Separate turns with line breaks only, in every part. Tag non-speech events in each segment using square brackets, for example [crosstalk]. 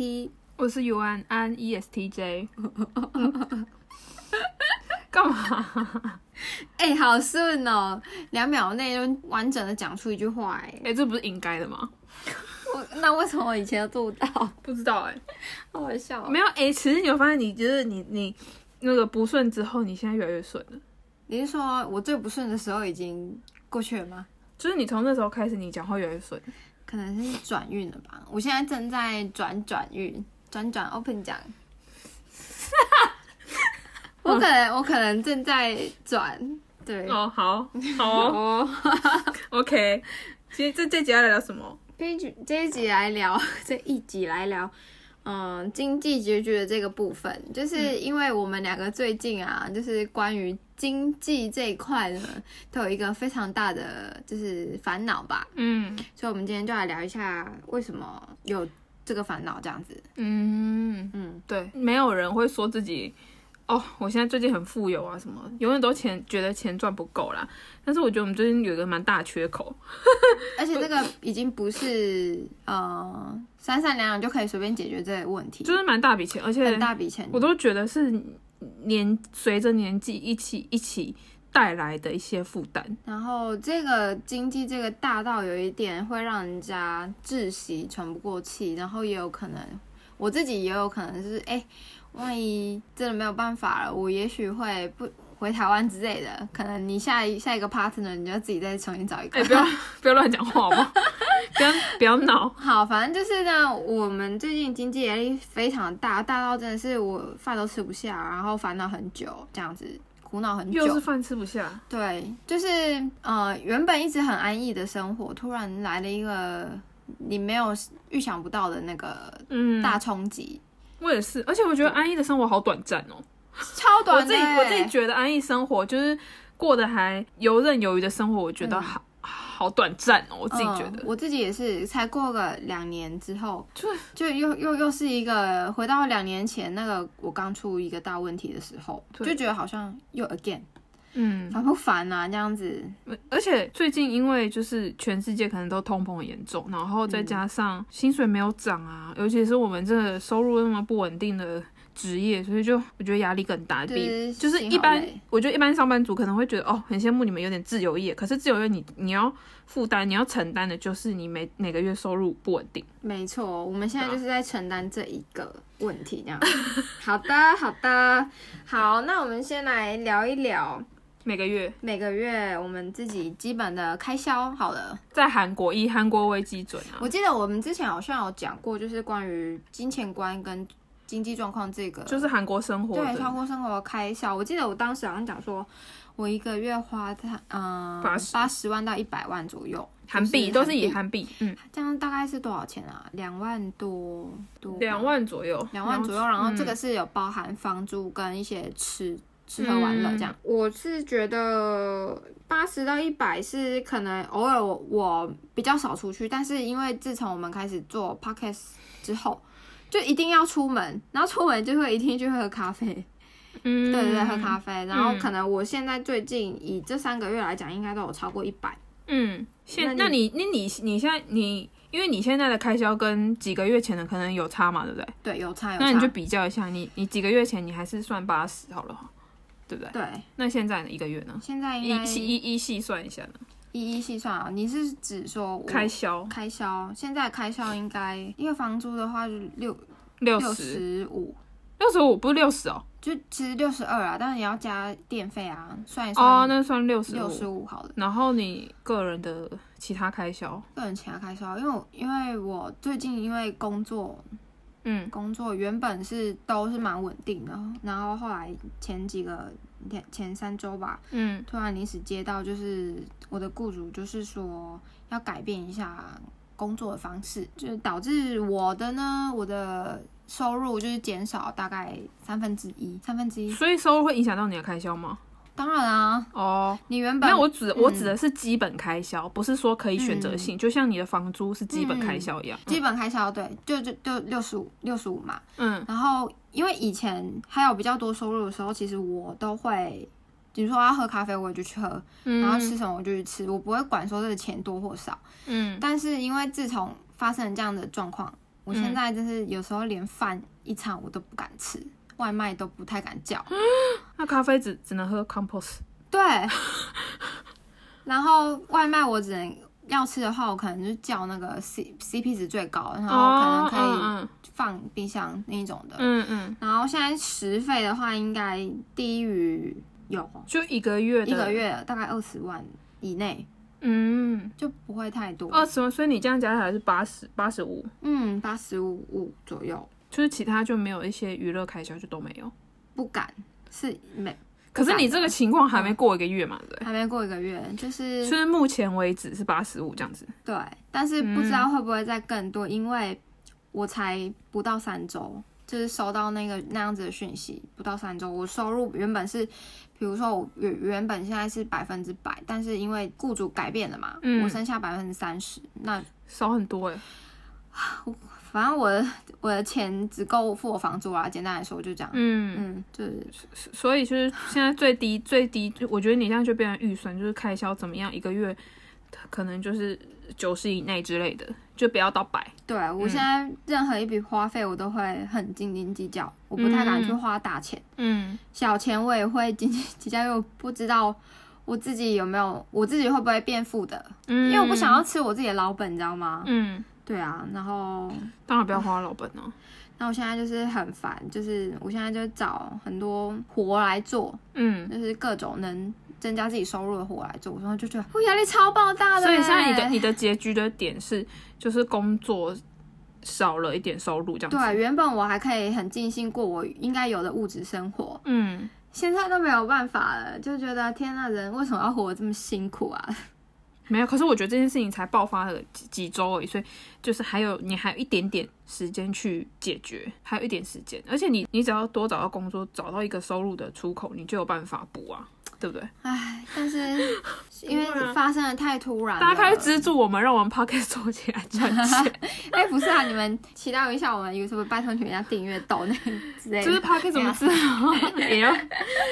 E
我是尤安安，E [laughs] ESTJ，干嘛？
哎、好顺哦，两秒内就完整的讲出一句话、
哎、
哎，
这不是应该的吗？
我那为什么我以前要做不到？
不知道哎、
好好笑、哦
没。有哎、其实你有发现你，就是你你那个不顺之后，你现在越来越顺了。
你是说我最不顺的时候已经过去了吗？
就是你从那时候开始，你讲话越来越顺。
可能是转运了吧。我现在正在转转运，转转 open
[laughs]
讲。我可能我可能正在转，对
哦，好，好 [laughs] 哦，OK。其实这这集要聊聊什么？
这一集这一集来聊， [laughs] 这一集来聊，嗯，经济拮据的这个部分，
嗯
就是因为我们两个最近啊，就是关于经济这一块呢，都有一个非常大的就是烦恼吧，
嗯
所以我们今天就来聊一下为什么有这个烦恼这样子，
嗯，
嗯，
对，没有人会说自己哦，我现在最近很富有啊，什么永远都钱觉得钱赚不够啦。但是我觉得我们最近有一个蛮大的缺口，
而且这个已经不是呃三三两两就可以随便解决这个问题，
就是蛮大笔钱，而且
很大笔钱，
我都觉得是年随着年纪一起一起带来的一些负担。 [laughs]
然后这个经济这个大到有一点会让人家窒息、喘不过气，然后也有可能我自己也有可能是哎、诶万一真的没有办法了，我也许会不回台湾之类的。可能你下一下一个 partner 你就要自己再重新找一个。
哎、不要不要乱讲话好不 [laughs] 好？不要不要闹。
[laughs] 好，反正就是呢，我们最近经济压力非常大，大到真的是我饭都吃不下，然后烦恼很久，这样子苦恼很久。
又是饭吃不下，
对，就是呃，原本一直很安逸的生活，突然来了一个你没有预想不到的那个
嗯，
大冲击，
我也是，而且我觉得安逸的生活好短暂哦、
超
我
短
自
的
己
欸、
我自己觉得安逸生活就是过得还游刃有余的生活，我觉得好、好短暂哦、我自己觉得
嗯，我自己也是，才过个两年之后，
嗯
就就又又又是一个回到两年前那个我刚出一个大问题的时候，
对
就觉得好像又 again
嗯，
烦不烦啊这样子，
而且最近因为就是全世界可能都通膨很严重，然后
嗯
再加上薪水没有涨啊，尤其是我们这个收入那么不稳定的。职业，所以就我觉得压力更大，
就
比
是
就是
心
一
好
般
累，
我觉得一般上班族可能会觉得哦，很羡慕你们有点自由业，可是自由业你你要负担，你要承担的就是你每每个月收入不稳定。
没错，我们现在
对啊
就是在承担这一个问题，
[laughs]
这样。好的，好的，好，那我们先来聊一聊
每个月
每个月我们自己基本的开销。好了，
在韩国以韩国为基准啊，
我记得我们之前好像有讲过，就是关于金钱观跟经济状况这个，
就是韩国生活
对超
的，
过生活开销。我记得我当时好像讲说，我一个月花它嗯
80
八十万到一百万左右，
韩币
就
都是以韩币，嗯，
这样大概是多少钱啊？两万多多吧，
两万左右，
两万左右，然后这
嗯
个是有包含房租跟一些吃吃喝玩乐这样。我是觉得八十到一百是可能偶尔我我比较少出去，但是因为自从我们开始做 podcast 之后，就一定要出门，然后出门就会一定去喝咖 [laughs] 啡，
嗯，
对对对，喝咖啡。然后
嗯
可能我现在最近以这三个月来讲，应该都有超过一百。
嗯，现那
那
你那你你现在你。因为你现在的开销跟几个月前的可能有差嘛，对不对？
对，有差有差。
那你就比较一下，你你几个月前你还是算八十好了，对不对？
对，
那现在呢？一个月呢？
现在应
一
该
细
一
一一细算一下呢，
一细算啊？你是指说我
开销
开销，现在开销应该因为房租的话就六
六
六
十，
十五，
六十五不是六十哦，
就其实六十二啊，但是你要加电费啊，算一
哦，
算
那算六十
六十
五。
五好了。
然后你个人的其他开销，
个人其他开销，因为我因为我最近因为工作
嗯，
工作原本是都是蛮稳定的，然后后来前几个前前三周吧，
嗯
突然临时接到就是我的雇主就是说要改变一下工作的方式，就是导致我的呢我的收入就是减少大概三分之一，三分之一。
所以收入会影响到你的开销吗？
当然啊，
哦，
你原本
那我指我
嗯
指的是基本开销，不是说可以选择性，就像你的房租是基本开
嗯
销一样。
基本开销对，就就就六十五六十五嘛。
嗯
然后因为以前还有比较多收入的时候，其实我都会。比如说我要喝咖啡，我就去喝；然后
嗯
吃什么我就去吃，我不会管说这个钱多或少。
嗯
但是因为自从发生了这样的状况，我
嗯
现在就是有时候连饭一餐我都不敢吃，外卖都不太敢叫。
那咖啡只只能喝 compost， [laughs]
对，然后外卖我只能要吃的话，我可能就叫那个 C C P 值最高，然后可能可
哦
以放冰箱那一种的。
嗯嗯嗯，
然后现在食费的话，应该低于有
就一个月的
一个，月大概二十万以内，
嗯，
就不会太多。
二十万，所以你这样加起来是八十八十五，
嗯，八十五五左右，
就是其他就没有一些娱乐开销就都没有。
不敢是没
可是你这个情况还没过一个月嘛，对不
还没过一个月，就
对？
是
就是目前为止是八十五这样子，
对，但是不知
嗯
道会不会再更多，因为我才不到三周，就是收到那个那样子的讯息，不到三周，我收入原本是，比如说我原原本现在是百分之百，但是因为雇主改变了嘛，
嗯
我剩下百分之三十，那
少很多哎、
反正我的我的钱只够付我房租啊，简单来说就这样，
嗯，
嗯，就是
所以就是现在最低最低，我觉得你这样就变成预算，就是开销怎么样一个月，可能就是九十以内之类的，就不要到百。
对我
嗯
现在任何一笔花费我都会很斤斤计较，我不太敢去花大钱。
嗯
小钱我也会 [laughs] 斤斤计较，因为我不知道我自己有没有，我自己会不会变富的，
嗯
因为我不想要，吃我自己的老本，你知道吗？
嗯，
对啊，然后
当然不要花老本哦、
那我现在就是很烦，就是我现在就找很多活来做，
嗯，
就是各种能增加自己收入的活来做，然后就觉得我压力超爆大的欸。
所以现在你的你的结局的点是，就是工作少了一点收入这样子。
对，啊原本我还可以很尽兴过我应该有的物质生活，
嗯，
现在都没有办法了，就觉得天呐，人为什么要活得这么辛苦啊？
没有。可是我觉得这件事情才爆发了几几周而已，所以就是还有你还有一点点时间去解决，还有一点时间。而且你你只要多找到工作，找到一个收入的出口，你就有办法补啊，对不对？
唉，但
[laughs]
是因
突
为
然
发生的太突然了，
大家开始资助我们，让我们 p o c k e t 做起来赚钱。
哎、不是啊，你们期待一下我们 YouTube，拜托你们要订阅抖那个之类的，
就是 p o c k e t 怎么知道 [laughs] 也要，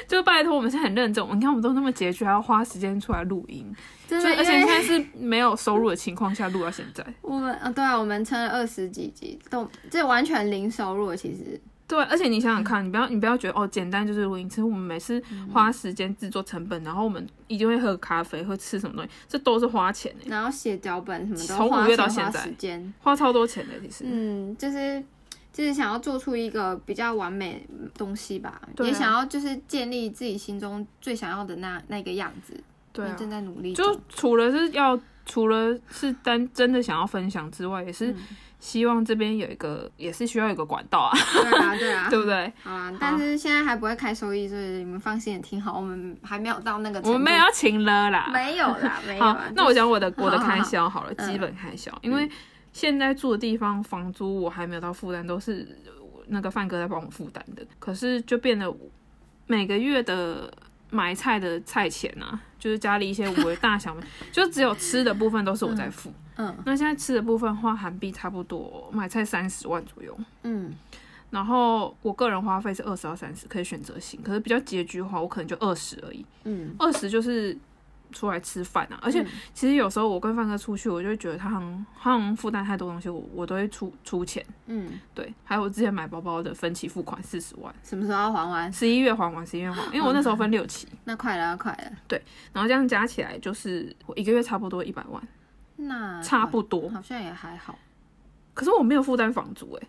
就拜托我们现在很认真，你看我们都那么拮据，还要花时间出来录音。
真
就
的，
而且
因为
现在是没有收入的情况下录到现在。
我们啊，对啊，我们撑了二十几集，都这完全零收入，其实
对，而且你想想看，你不要你不要觉得哦，简单就是录音。其实我们每次花时间制作成本，然后我们一定会喝咖啡，会吃什么东西，这都是花钱的，
然后写脚本什么的，
从
花
五
钱
月到现
花
在
时间，
花超多钱的。其实，
嗯，就是。就是想要做出一个比较完美的东西吧，
对啊
也想要就是建立自己心中最想要的那那个样子。
对
我
啊
们，正在努力中，
就除了是要除了是单真的想要分享之外，也是希望这边有一个，也是需要有一个管道啊，
对啊，对啊，
[laughs] 对不对？
好啊，但是现在还不会开收益，所以你们放心也挺好。我们还没有到那个程度，
我们没有要请了啦，
没有
[laughs]
啦，没有啊
好
啦。，
那我讲我的我的
好好好
开销好了，
嗯
基本开销，因为现在住的地方房租我还没有到负担，都是我那个范哥在帮我负担的。可是就变得我每个月的买菜的菜钱啊，就是家里一
[laughs]
些我的大小，就只有吃的部分都是我在付。
嗯
那现在吃的部分花韩币差不多买菜三十万左右，
嗯
然后我个人花费是二十到三十，可以选择性。可是比较拮据的话，我可能就二十而已。
嗯，
二十就是出来吃饭啊，而且其实有时候我跟范哥出去，我就会觉得他好像他好像负担太多东西，我我都会出出钱。
嗯，
对，还有我之前买包包的分期付款四十万，
什么时候要还完？
十一月还完，十一月还完，因为我那时候分六期，
那快了，要快了。
然后这样加起来就是我一个月差不多一百万，
那
差不多。
好像也还好。
可是我没有负担房租哎、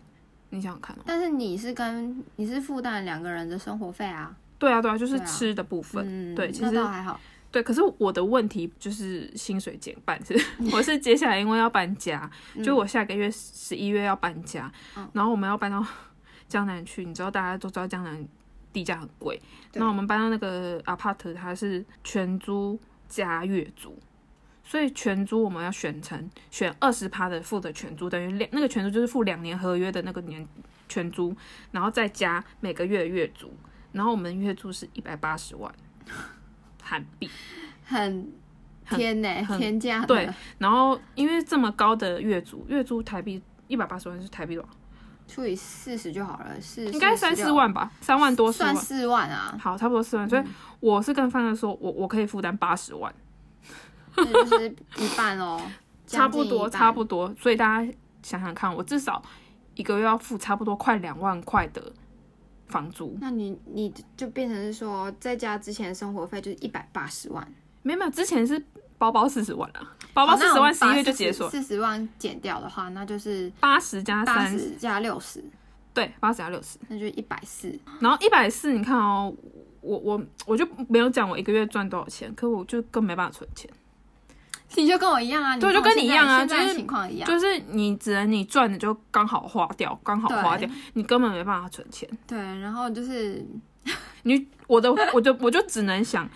你想想看哦、
但是你是跟你是负担两个人的生活费啊，
对啊对啊，就是
对啊
吃的部分。
嗯，
对其
那
实
倒还好。
对，可是我的问题就是薪水减半，是我是接下来因为要搬家，就我下个月十一月要搬家，然后我们要搬到 [laughs] 江南去，你知道大家都知道江南地价很贵，
对
那我们搬到那个 apart 它是全租加月租。所以全租我们要选成选二十趴的付的全租，等于两那个全租就是付两年合约的那个年全租，然后再加每个月的月租，然后我们月租是一百八十万 [laughs] 韩币，
很天呢、
很
天价的
对，然后因为这么高的月租，月租台币一百八十万是台币多少？
除以四十就好了，是
应该三四，万吧，三万多四
算
万，
四万啊，
好，差不多四万。所以我是跟范哥说，我我可以负担八十万，
这就是一半哦，
[laughs] 差不多，差不
多。
多。所以大家想想看，我至少一个月要付差不多快两万块的房租。
那你你就变成是说，在家之前的生活费就是一百八十万，
没有没有，之前是包包四十万啊，包包四十万十一月就解锁，
四十万减掉的话，那就是
八十加
八
三
十加六十，
对，八十加六十，
那就是一百四。
然后一百四，你看哦，我我我就没有讲我一个月赚多少钱，可我就更没办法存钱，
你就跟我一样啊，
对
你看
就跟
现
你一
在
样啊
现在
就
的
是
情况一样，
就是你只能你赚的就刚好花掉，刚好花
对
掉，你根本没办法存钱。
对。然后就是
你我的 [laughs] 我就我就只能想，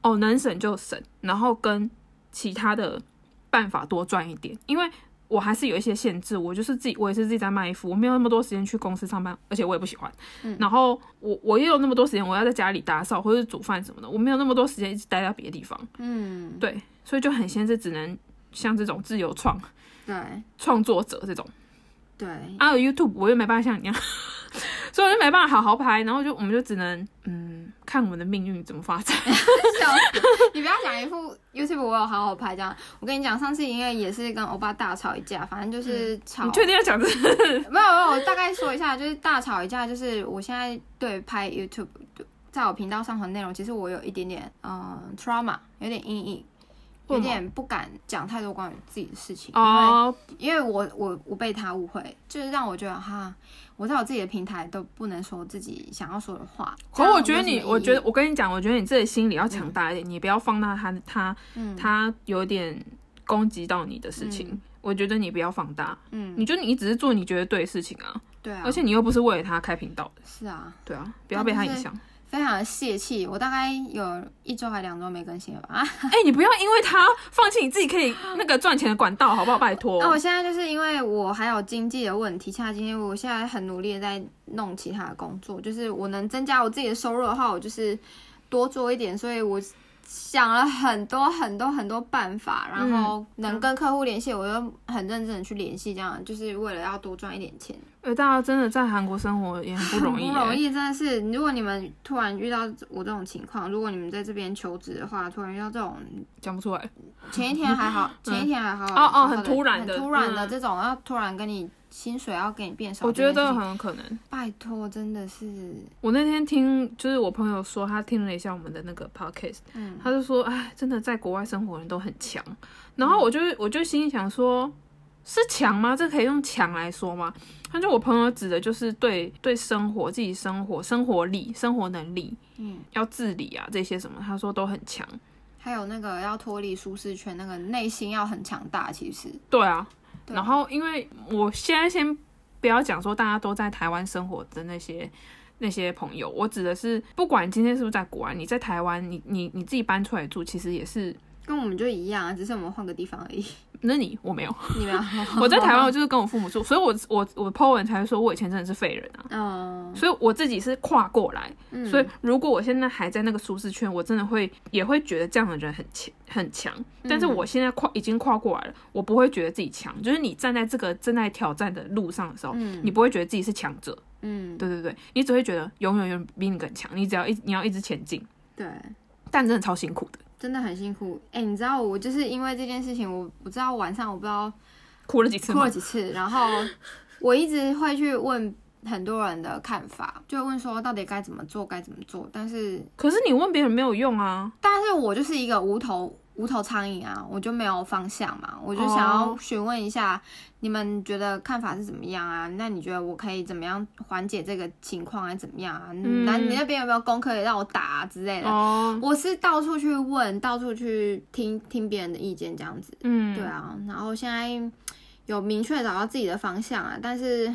哦，能省就省，然后跟其他的办法多赚一点，因为我还是有一些限制，我就是自己我也是自己在卖衣服，我没有那么多时间去公司上班，而且我也不喜欢。
嗯
然后我我也有那么多时间，我要在家里打扫或者是煮饭什么的，我没有那么多时间一直待在别的地方，
嗯，
对，所以就很限制，只能像这种自由创
对
创作者这种。
对，
啊有，YouTube 我又没办法像你一样，所以我就没办法好好拍，然后就我们就只能嗯看我们的命运怎么发展。
笑死！你不要讲一副 YouTube 我有好好拍这样。我跟你讲，上次因为也是跟欧巴大吵一架，反正就是吵。
嗯你确定要讲这个？
没有没有，我大概说一下，就是大吵一架，就是我现在对拍 YouTube 在我频道上传内容，其实我有一点点嗯 trauma，有点阴影。有点不敢讲太多关于自己的事情，
哦，
因为因为我我我被他误会，就是让我觉得哈，我在我自己的平台都不能说自己想要说的话。这
可
样
我觉得
没
你，
什么
我觉
意义
得我跟你讲，我觉得你自己心里要强大一点，你不要放大他他
嗯
他有点攻击到你的事情。
嗯
我觉得你不要放大，
嗯，
你就你只是做你觉得对的事情啊，
对啊，
而且你又不是为了他开频道的，
是啊，
对啊，不要被他影响。
非常的泄气，我大概有一周还两周没更新了吧。啊，
哎、你不要因为他放弃你自己可以那个赚钱的管道，好不好？拜托。
那我哦现在就是因为我还有经济的问题，现在今天我现在很努力的在弄其他的工作，就是我能增加我自己的收入的话，我就是多做一点，所以我。想了很多很多很多办法，然
嗯
后
啊
能跟客户联系，我就很认真的去联系，这样就是为了要多赚一点钱。
呃，大家真的在韩国生活也很不容易、
很
欸，
不容易，真的是。如果你们突然遇到我这种情况，如果你们在这边求职的话，突然遇到这种
讲不出来。
前一天还好，前一天还好，
嗯哦哦
然后
很突然的
很突然的
嗯
这种，要突然跟你薪水要给你变少
我
这
觉
件事情，
得很有可能。
拜托，真的是，
我那天听，就是我朋友说，他听了一下我们的那个 podcast，
嗯，
他就说，哎，真的在国外生活的人都很强。然后我就
嗯
我就心里想说，是强吗？这可以用强来说吗？他就我朋友指的就是对对生活、自己生活、生活力、生活能力，
嗯，
要自理啊这些什么，他说都很强。
还有那个要脱离舒适圈，那个内心要很强大，其实，
对啊，
对
然后因为我现在先不要讲说大家都在台湾生活的那些那些朋友，我指的是不管今天是不是在国外，你在台湾，你你你自己搬出来住，其实也是。
跟我们就一样啊，只是我们换个地方
[laughs]
而已。
那你我没有，
你们，
我在台湾，我就是跟我父母住，所以我我我 po 文才会说我以前真的是废人啊，
嗯，
所以我自己是跨过来，
嗯
所以如果我现在还在那个舒适圈，我真的会也会觉得这样的人很强很强，
嗯
但是我现在跨已经跨过来了，我不会觉得自己强，就是你站在这个正在挑战的路上的时候，
嗯
你不会觉得自己是强者，
嗯，
对对对，你只会觉得永远有人比你更强，你只要一你要一直前进，
对，
但真的超辛苦的，
真的很辛苦。哎、你知道我就是因为这件事情，我不知道晚上我不知道
哭了几次
哭
吗
了？几次，然后我一直会去问很多人的看法，就问说到底该怎么做，该怎么做。但是，
可是你问别人没有用啊，
但是我就是一个无头无头苍蝇啊，我就没有方向嘛，我就想要
哦
询问一下你们觉得看法是怎么样啊？那你觉得我可以怎么样缓解这个情况，还是怎么样啊？
嗯
那、你那边有没有功课让我打、啊、之类的？
哦，
我是到处去问，到处去听听别人的意见，这样子。
嗯，
对啊，然后现在有明确找到自己的方向啊，但是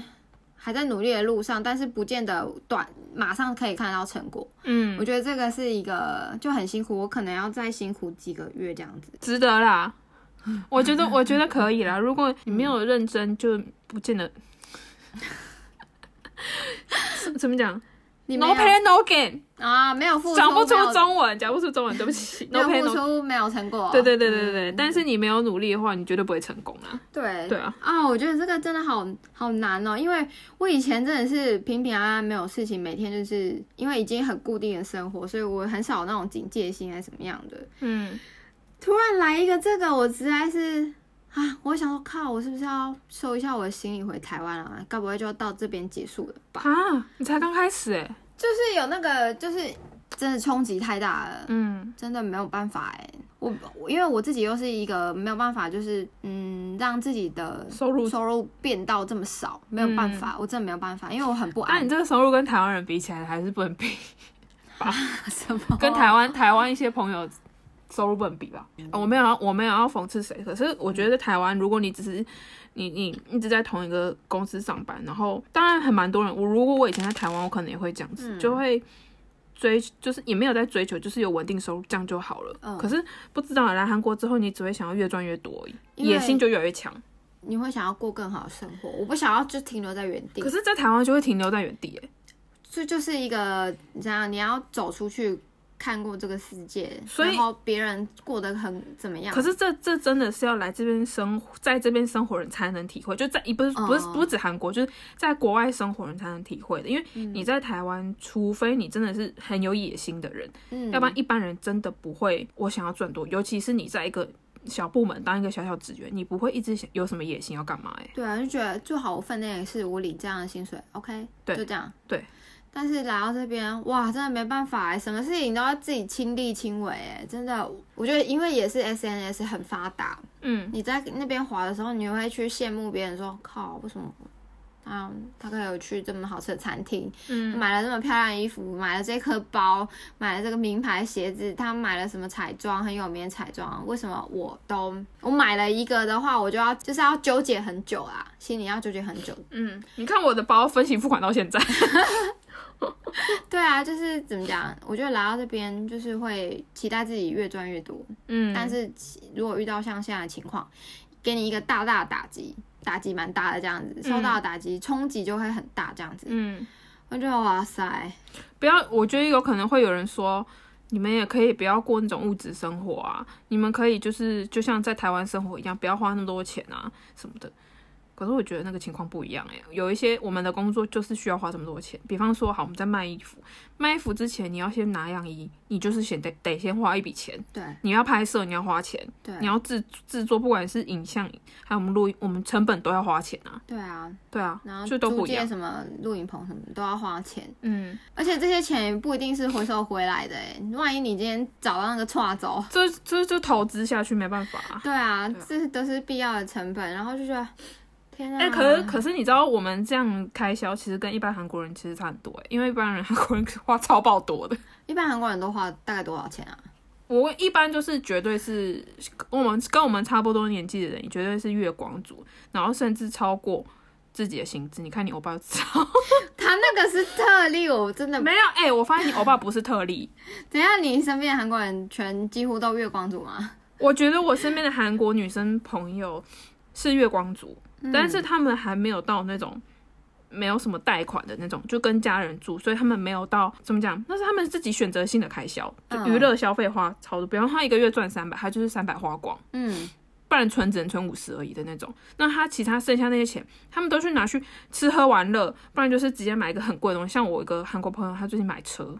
还在努力的路上，但是不见得短马上可以看到成果。
嗯
我，觉得这个是一个就很辛苦，我可能要再辛苦几个月这样子。
值得啦。我觉得，我觉得可以啦。如果你没有认真，就不见得。 [laughs] 怎么讲
你没
？No
有
pain no gain，
啊，没有付出，
讲不出
没有
中文，讲不出中文，对
[laughs]
不起。
没
No
有
pain
付
no，
出，没有成果。
对对对对对对。
嗯
但是你没有努力的话，你绝对不会成功啊。
对
对啊，
啊、我觉得这个真的好好难哦，因为我以前真的是平平安安没有事情，每天就是因为已经很固定的生活，所以我很少有那种警戒心还是怎么样的。
嗯，
突然来一个这个，我实在是啊，我想说靠，我是不是要收一下我的行李回台湾啊？该不会就要到这边结束了吧？
啊，你才刚开始哎、
就是有那个，就是真的冲击太大了，
嗯，
真的没有办法哎、我我因为我自己又是一个没有办法，就是嗯，让自己的
收入，
收入变到这么少，没有办法，我真的没有办法，因为我很不
那、 [laughs]
安
啊你。这个收入跟台湾人比起来还是不能比，
什么
跟台湾台湾一些朋友收入不能比吧？
嗯
啊我没有要我没有要讽刺谁，可是我觉得在台湾，如果你只是你你一直在同一个公司上班，然后当然很蛮多人，我如果我以前在台湾，我可能也会这样子，
嗯
就会。追就是也没有在追求，就是有稳定收入，这样就好了。
嗯
可是不知道来韩国之后，你只会想要越赚越多而已，
因为
野心就越来越强。
你会想要过更好的生活，我不想要就停留在原地
可，是，在台湾就会停留在原地、欸，
这就是一个你知道，你要走出去看过这个世界，
所以
然后别人过得很怎么样？
可是这这真的是要来这边生活，在这边生活人才能体会，就在也不是
嗯
不是不是指韩国，就是在国外生活人才能体会的。因为你在台湾，除非你真的是很有野心的人，
嗯，
要不然一般人真的不会我想要赚多，尤其是你在一个小部门当一个小小职员，你不会一直想有什么野心要干嘛、欸？
对啊，就觉得做好我分内的事，我领这样的薪水，OK，
对
就这样。
对。
但是来到这边，哇，真的没办法哎，什么事情都要自己亲力亲为哎，真的，我觉得因为也是 SNS 很发达，
嗯，
你在那边滑的时候，你会去羡慕别人说，靠，为什么他他可以有去这么好吃的餐厅，
嗯，
买了这么漂亮的衣服，买了这颗包，买了这个名牌鞋子，他买了什么彩妆，很有名的彩妆，为什么我都我买了一个的话，我就要就是要纠结很久啊，心里要纠结很久。
嗯，你看我的包分期付款到现在，
对啊，就是怎么讲，我觉得来到这边就是会期待自己越赚越多，
嗯，
但是如果遇到像现在的情况，给你一个大大的打击，打击蛮大的这样子，受到的打击冲击就会很大这样子。
嗯。
我就觉得哇塞，
不要，我觉得有可能会有人说，你们也可以不要过那种物质生活啊，你们可以就是就像在台湾生活一样，不要花那么多钱啊什么的。可是我觉得那个情况不一样诶、有一些我们的工作就是需要花这么多钱，比方说，好，我们在卖衣服，卖衣服之前你要先拿样衣，你就是先得得先花一笔钱，
对
你要拍摄你要花钱，
对
你要制制作不管是影像还有我们录音，我们成本都要花钱啊，
对啊，
对啊
然，后
就都
租
不一
借
样，
什么录影棚什么的都要花钱，
嗯。
而且这些钱不一定是回收回来的欸，万一你今天找到那个岔走，
这这就投资下去没办法、啊，
对啊，这都是必要的成本，然后就觉得天啊，
哎、可是可是你知道我们这样开销其实跟一般韩国人其实差很多哎、因为一般人 [laughs] 韩国人花超爆多的。
一般韩国人都花大概多少钱啊？
我一般就是绝对是我们跟我们差不多年纪的人，绝对是月光族，然后甚至超过自己的薪资。你看你欧巴就知道
他那个是特例，我真的
[laughs] 没有？哎、我发现你欧巴不是特例，
怎样？你身边的韩国人全几乎都月光族吗？
我觉得我身边的韩国女生朋友是月光族，
嗯
但是他们还没有到那种没有什么贷款的那种，就跟家人住，所以他们没有到怎么讲，那是他们自己选择性的开销，就
嗯
娱乐消费花超多，比方他一个月赚三百，他就是三百花光，
嗯，
不然存只能存五十而已的那种。那他其他剩下那些钱，他们都去拿去吃喝玩乐，不然就是直接买一个很贵的东西。像我一个韩国朋友，他最近买车，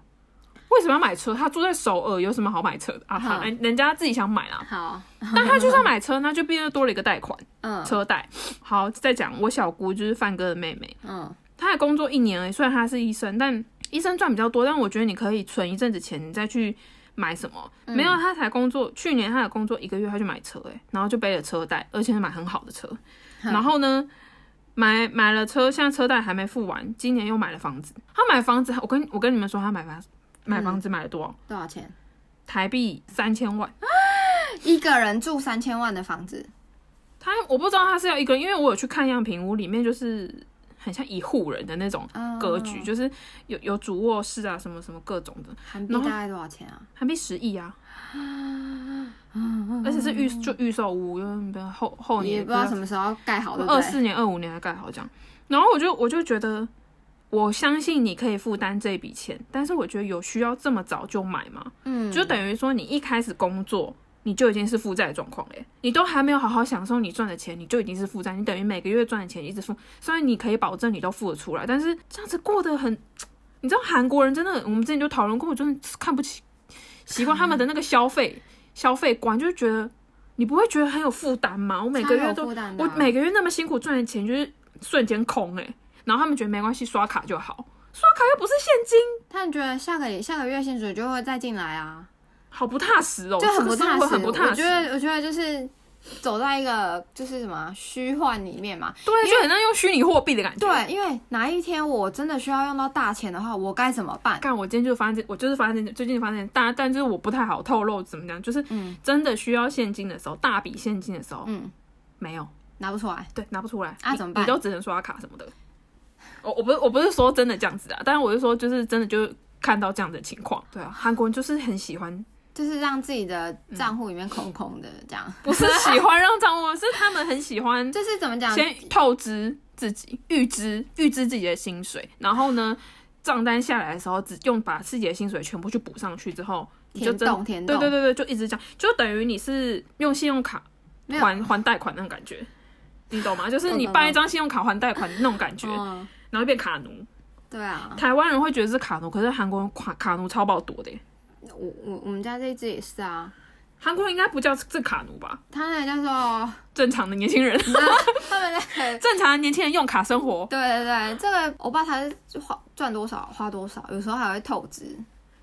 为什么要买车？他住在首尔，有什么好买车的啊？他
嗯
人家自己想买啦，
好，
但他就是要买车，那就变得多了一个贷款
嗯
车贷。好，再讲我小姑就是范哥的妹妹，
嗯
她也工作一年而已，虽然她是医生，但医生赚比较多，但我觉得你可以存一阵子钱，你再去买什么。没有，她才工作，去年她才工作一个月，她就买车、欸，然后就背了车贷，而且是买很好的车。然后呢，买买了车，现在车贷还没付完，今年又买了房子。她买房子，我跟我跟你们说，她买房买房子买了多少？
多少钱？
台币三千万。
一个人住三千万的房子，
他我不知道他是要一个人，因为我有去看样品屋，里面就是很像一户人的那种
嗯
格局，就是有有主卧室啊，什么什么各种的，
韩币
然后
大概多少钱啊？
还没十亿啊，而且是预就预售屋，因为后后
哦
年
也不知道什么时候盖好，对不
二
对？
四年、二五年才盖好这样。然后我就我就觉得，我相信你可以负担这笔钱，但是我觉得有需要这么早就买吗？
嗯，
就等于说你一开始工作。你就已经是负债的状况嘞，你都还没有好好享受你赚的钱，你就已经是负债，你等于每个月赚的钱一直付，虽然你可以保证你都付得出来，但是这样子过得很，你知道韩国人真的，我们之前就讨论过，我真的看不起习惯他们的那个消费消费观，就是觉得你不会觉得很有负担吗？我每个
超
月
有
都
负担的
我
啊、
每个月那么辛苦赚的钱，就是瞬间空哎、然后他们觉得没关系，刷卡就好，刷卡又不是现金，
他们觉得下个下个月薪水就会再进来啊，
好不踏实哦、
就很不踏
这个生活
实。
很不踏
我
实。
觉得，我觉得就是走在一个就是什么啊虚幻里面嘛。
对，就很像用虚拟货币的感觉。，
对，因为哪一天我真的需要用到大钱的话，我该怎么办？
干我今天就发现这，我就是发现最近发现，但但就是我不太好透露怎么样，就是
嗯
真的需要现金的时候，大笔现金的时候
嗯，
没有，
拿不出来。
对，拿不出来
啊
你
怎么办
你都只能刷卡什么的。我我不是我不是说真的这样子啊，但是我是说就是真的就是看到这样的情况，对啊，韩国人就是很喜欢
就是让自己的账户里面空空的，这样、[laughs]
不是喜欢让账户，是他们很喜 [laughs] 欢
就是怎么讲？
先透支自己，预支预支自己的薪水，然后呢，账单下来的时候，只用把自己的薪水全部去补上去之后，你就
填
真
洞填
对
洞，
对对对，就一直这样，就等于你是用信用卡
没有
还还贷款那种感觉，你懂吗？就是
懂
你
懂
办
懂
一张信用卡还贷款那种感觉，
嗯，
然后就变卡奴。
对啊，
台湾人会觉得是卡奴，可是韩国人卡卡奴超爆多的耶。
我我我们家这一只也是啊，
韩国人应该不叫这这卡奴吧？
他那个叫做
正常的年轻人，
嗯他们那个。[laughs]
[laughs] 正常的年轻人用卡生活，
对对对，这个我爸他是花赚多少花多少，有时候还会透支。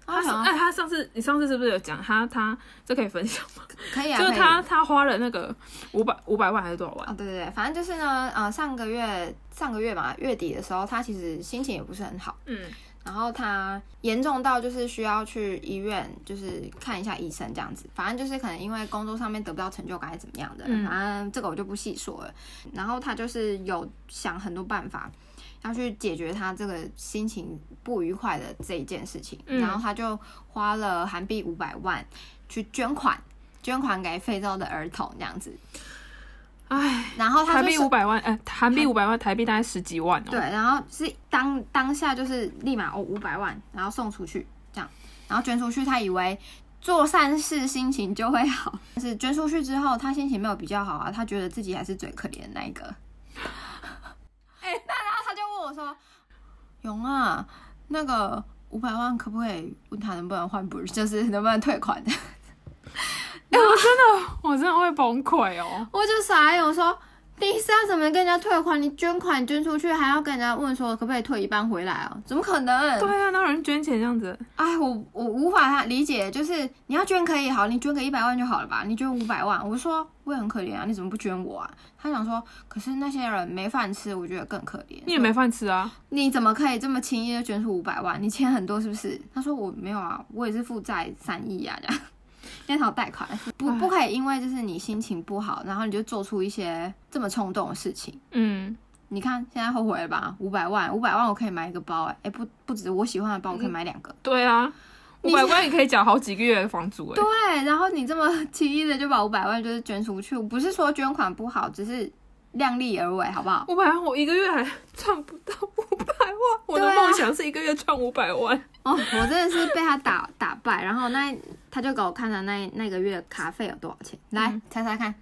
他
他啊想
哎，
要
他上次你上次是不是有讲他他这可以分享吗？
可以啊，
就是
可以
他他花了那个五百五百万还是多少万？
哦，对对对，反正就是呢，呃，上个月上个月嘛，月底的时候，他其实心情也不是很好，
嗯，
然后他严重到就是需要去医院，就是看一下医生这样子。反正就是可能因为工作上面得不到成就感，还是怎么样的，
嗯
反正这个我就不细说了。然后他就是有想很多办法要去解决他这个心情不愉快的这一件事情，
嗯
然后他就花了韩币五百万去捐款。捐款给非洲的儿童这样子，
哎，
然后他
台
就
币
是
五百万，呃，韩
嗯
币五百万，台币大概十几万哦。
对，，然后是当当下就是立马哦五百万，然后送出去这样，然后捐出去，他以为做善事心情就会好，但是捐出去之后，他心情没有比较好啊，他觉得自己还是最可怜的那一个。哎、那然后他就问我说：“勇啊，那个五百万可不可以问他能不能换补，就是能不能退款？”
哎，我真的我真的会崩溃哦。
[laughs] 我就傻眼，我说第一次要怎么跟人家退款？你捐款捐出去还要跟人家问说可不可以退一半回来哦？怎么可能？
对啊，那有人捐钱这样子，
哎，我我无法理解，就是你要捐可以好，你捐个一百万就好了吧？你捐五百万，我说我也很可怜啊，你怎么不捐我啊？他想说，可是那些人没饭吃，我觉得更可怜。
你也没饭吃啊。
你怎么可以这么轻易就捐出五百万？你钱很多是不是？他说我没有啊，我也是负债三亿啊，这样。那套贷款不不可以，因为就是你心情不好，然后你就做出一些这么冲动的事情。
嗯，
你看现在后悔了吧？五百万，五百万我可以买一个包、哎哎不不止我喜欢的包，我
嗯
可以买两个。
对啊，
你
五百万也可以缴好几个月的房租哎。
对，然后你这么 [laughs] 轻易的就把五百万就是捐出去，我不是说捐款不好，只是量力而为，好不好？ [laughs]
五百万，我一个月还赚不到五百万。我
对
的
啊
梦想是一个月赚五百万。
哦，我真的是被他打打败，然后那他就给我看他那那个月的卡费有多少钱，来、
嗯
猜猜看，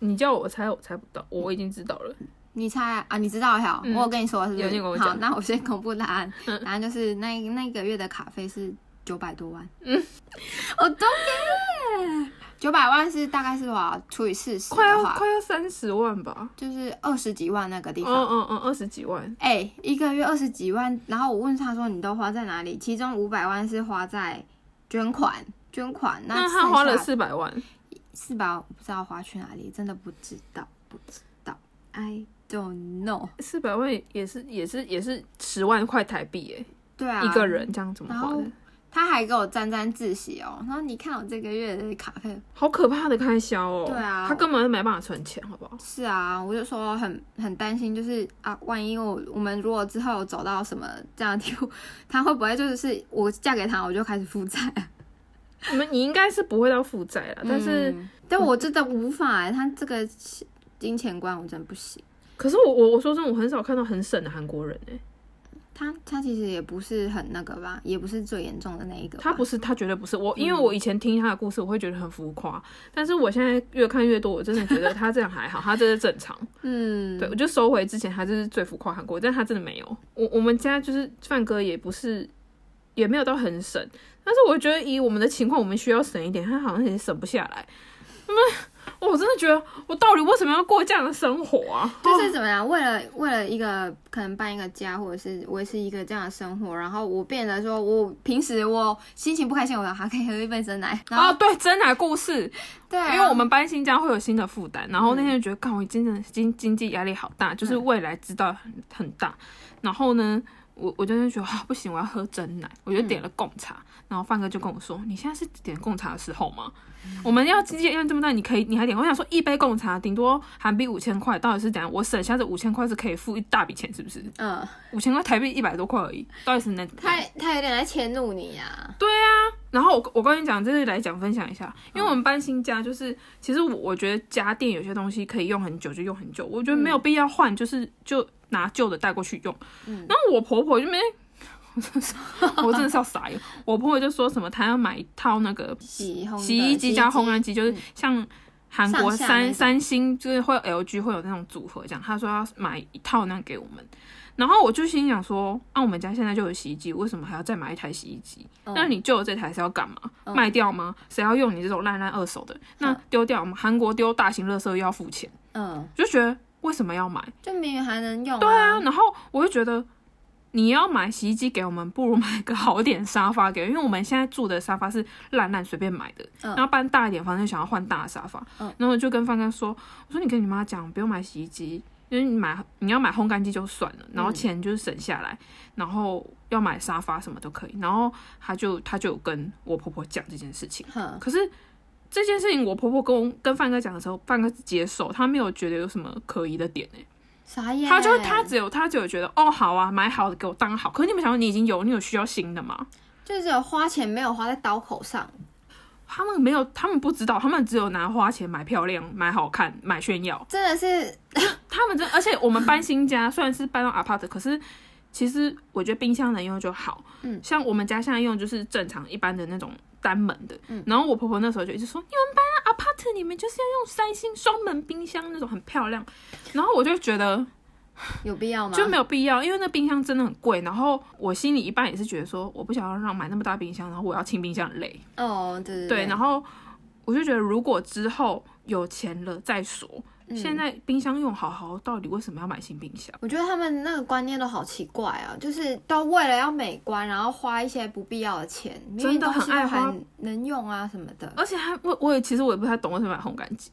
你叫我猜，我猜不到，我已经知道了。
你猜啊？啊你知道了、
嗯
我有跟你说是不
有你
是？
有跟我
好，
讲嗯
那我先公布答案，答案就是那那个月的卡费是九百多万，嗯，我都给。九百万是大概是多少？除以四十
快
的
要
话，
快要三十万吧？
就是二十几万那个地
嗯
方。
嗯嗯，二十几万。
哎、一个月二十几万，然后我问他说你都花在哪里？其中五百万是花在捐款，捐款，
那
剩下
他花了四百万，
四百，我不知道花去哪里，真的不知道，不知道，I don't know。
四百万也是也是也是十万块台币耶，
对啊，
一个。人这样怎么
然
花
后
的？
他还给我沾沾自喜哦，然后你看我这个月的卡费，
好可怕的开销哦！
对啊
他根本没办法存钱，好不好？
是啊，我就说很很担心，就是啊，万一我我们如果之后走到什么这样的地步， [laughs] 他会不会就是我嫁给他我就开始负债啊？
你们你应该是不会到负债了，但是、
嗯但我真的无法、欸，他这个金钱观我真的不行。
可是我我我说真的，我很少看到很省的韩国人哎，
他他其实也不是很那个吧，也不是最严重的那一个吧。
他不是他绝对不是我，
嗯
因为我以前听他的故事，我会觉得很浮夸，但是我现在越看越多，我真的觉得他这样还好，他这是正常。
嗯，
对，我就收回之前他就是最浮夸韩国，但他真的没有。我我们家就是范哥也不是，也没有到很省，但是我觉得以我们的情况，我们需要省一点，他好像也省不下来。那么嗯我真的觉得我到底为什么要过这样的生活啊？
就是怎么样，为了为了一个可能搬一个家，或者是维持一个这样的生活，然后我变得说，我平时我心情不开心，我还可以喝一杯真奶，然后、
啊，对，真奶故事，
对啊，
因为我们搬新家会有新的负担，然后那天就觉得，看我真的经经济压力好大，就是未来知道很很大。然后呢，我我就是觉得啊，不行，我要喝真奶，我就点了贡茶。然后范哥就跟我说：“你现在是点贡茶的时候吗？我们要经济压力这么大，你可以你还点？”我想说，一杯贡茶顶多韩币五千块，到底是怎样？我省下这五千块是可以付一大笔钱，是不是？
嗯，
五千块台币一百多块而已，到底是能？
他他有点在迁怒你啊呀、
然后我我跟你讲，这是来讲分享一下，因为我们搬新家，就是、其实我我觉得家电有些东西可以用很久就用很久，我觉得没有必要换，就是就拿旧的带过去用。
嗯
然后我婆婆就没。 [laughs] 我真的是，我真的是要傻眼。我婆婆就说什么，她要买一套那个
洗烘的
洗衣机加烘干机，就是像韩国
嗯上下那
三
种
三星就是会有 LG 会有那种组合这样，他说要买一套那样给我们，然后我就心想说，啊，我们家现在就有洗衣机，为什么还要再买一台洗衣机？
嗯
那你旧的这台是要干嘛？
嗯
卖掉吗？谁要用你这种烂烂二手的？那丢掉吗？韩国丢大型垃圾又要付钱，
嗯，
就觉得为什么要买？
就明明还能用、
对啊，，然后我就觉得你要买洗衣机给我们，不如买个好点沙发给我们，因为我们现在住的沙发是烂烂随便买的，
嗯
然后搬大一点，反正想要换大的沙发，
嗯
然后我就跟范哥说，我说你跟你妈讲，不用买洗衣机。因为你买你要买烘干机就算了，然后钱就是省下来，然后要买沙发什么都可以。然后他就他就有跟我婆婆讲这件事情，
哼，
可是这件事情我婆婆跟我跟范哥讲的时候，范哥接受，他没有觉得有什么可疑的点欸呢、
傻眼，欸
他就他只有他只有觉得哦好啊，买好的给我当好。可是你们想说你已经有，你有需要新的吗？
就是有花钱没有花在刀口上，
他们没有，他们不知道，他们只有拿花钱买漂亮、买好看、买炫耀。
真的是
他们真，而且我们搬新家，虽然是搬到 apart，可是其实我觉得冰箱能用就好。
嗯
像我们家现在用就是正常一般的那种单门的。
嗯
然后我婆婆那时候就一直说，你们搬到 apart，你们就是要用三星双门冰箱那种很漂亮。然后我就觉得。
有必要吗？
就没有必要，因为那冰箱真的很贵。然后我心里一半也是觉得说，我不想要让买那么大冰箱，然后我要清冰箱很累。
哦，对对
对，然后我就觉得如果之后有钱了再说，
嗯
现在冰箱用好好，到底为什么要买新冰箱？
我觉得他们那个观念都好奇怪啊，就是都为了要美观，然后花一些不必要的钱，明明
真的
东
很
西
爱
都
花
还能用啊什么的。
而且还我我也其实我也不太懂为什么买烘干机，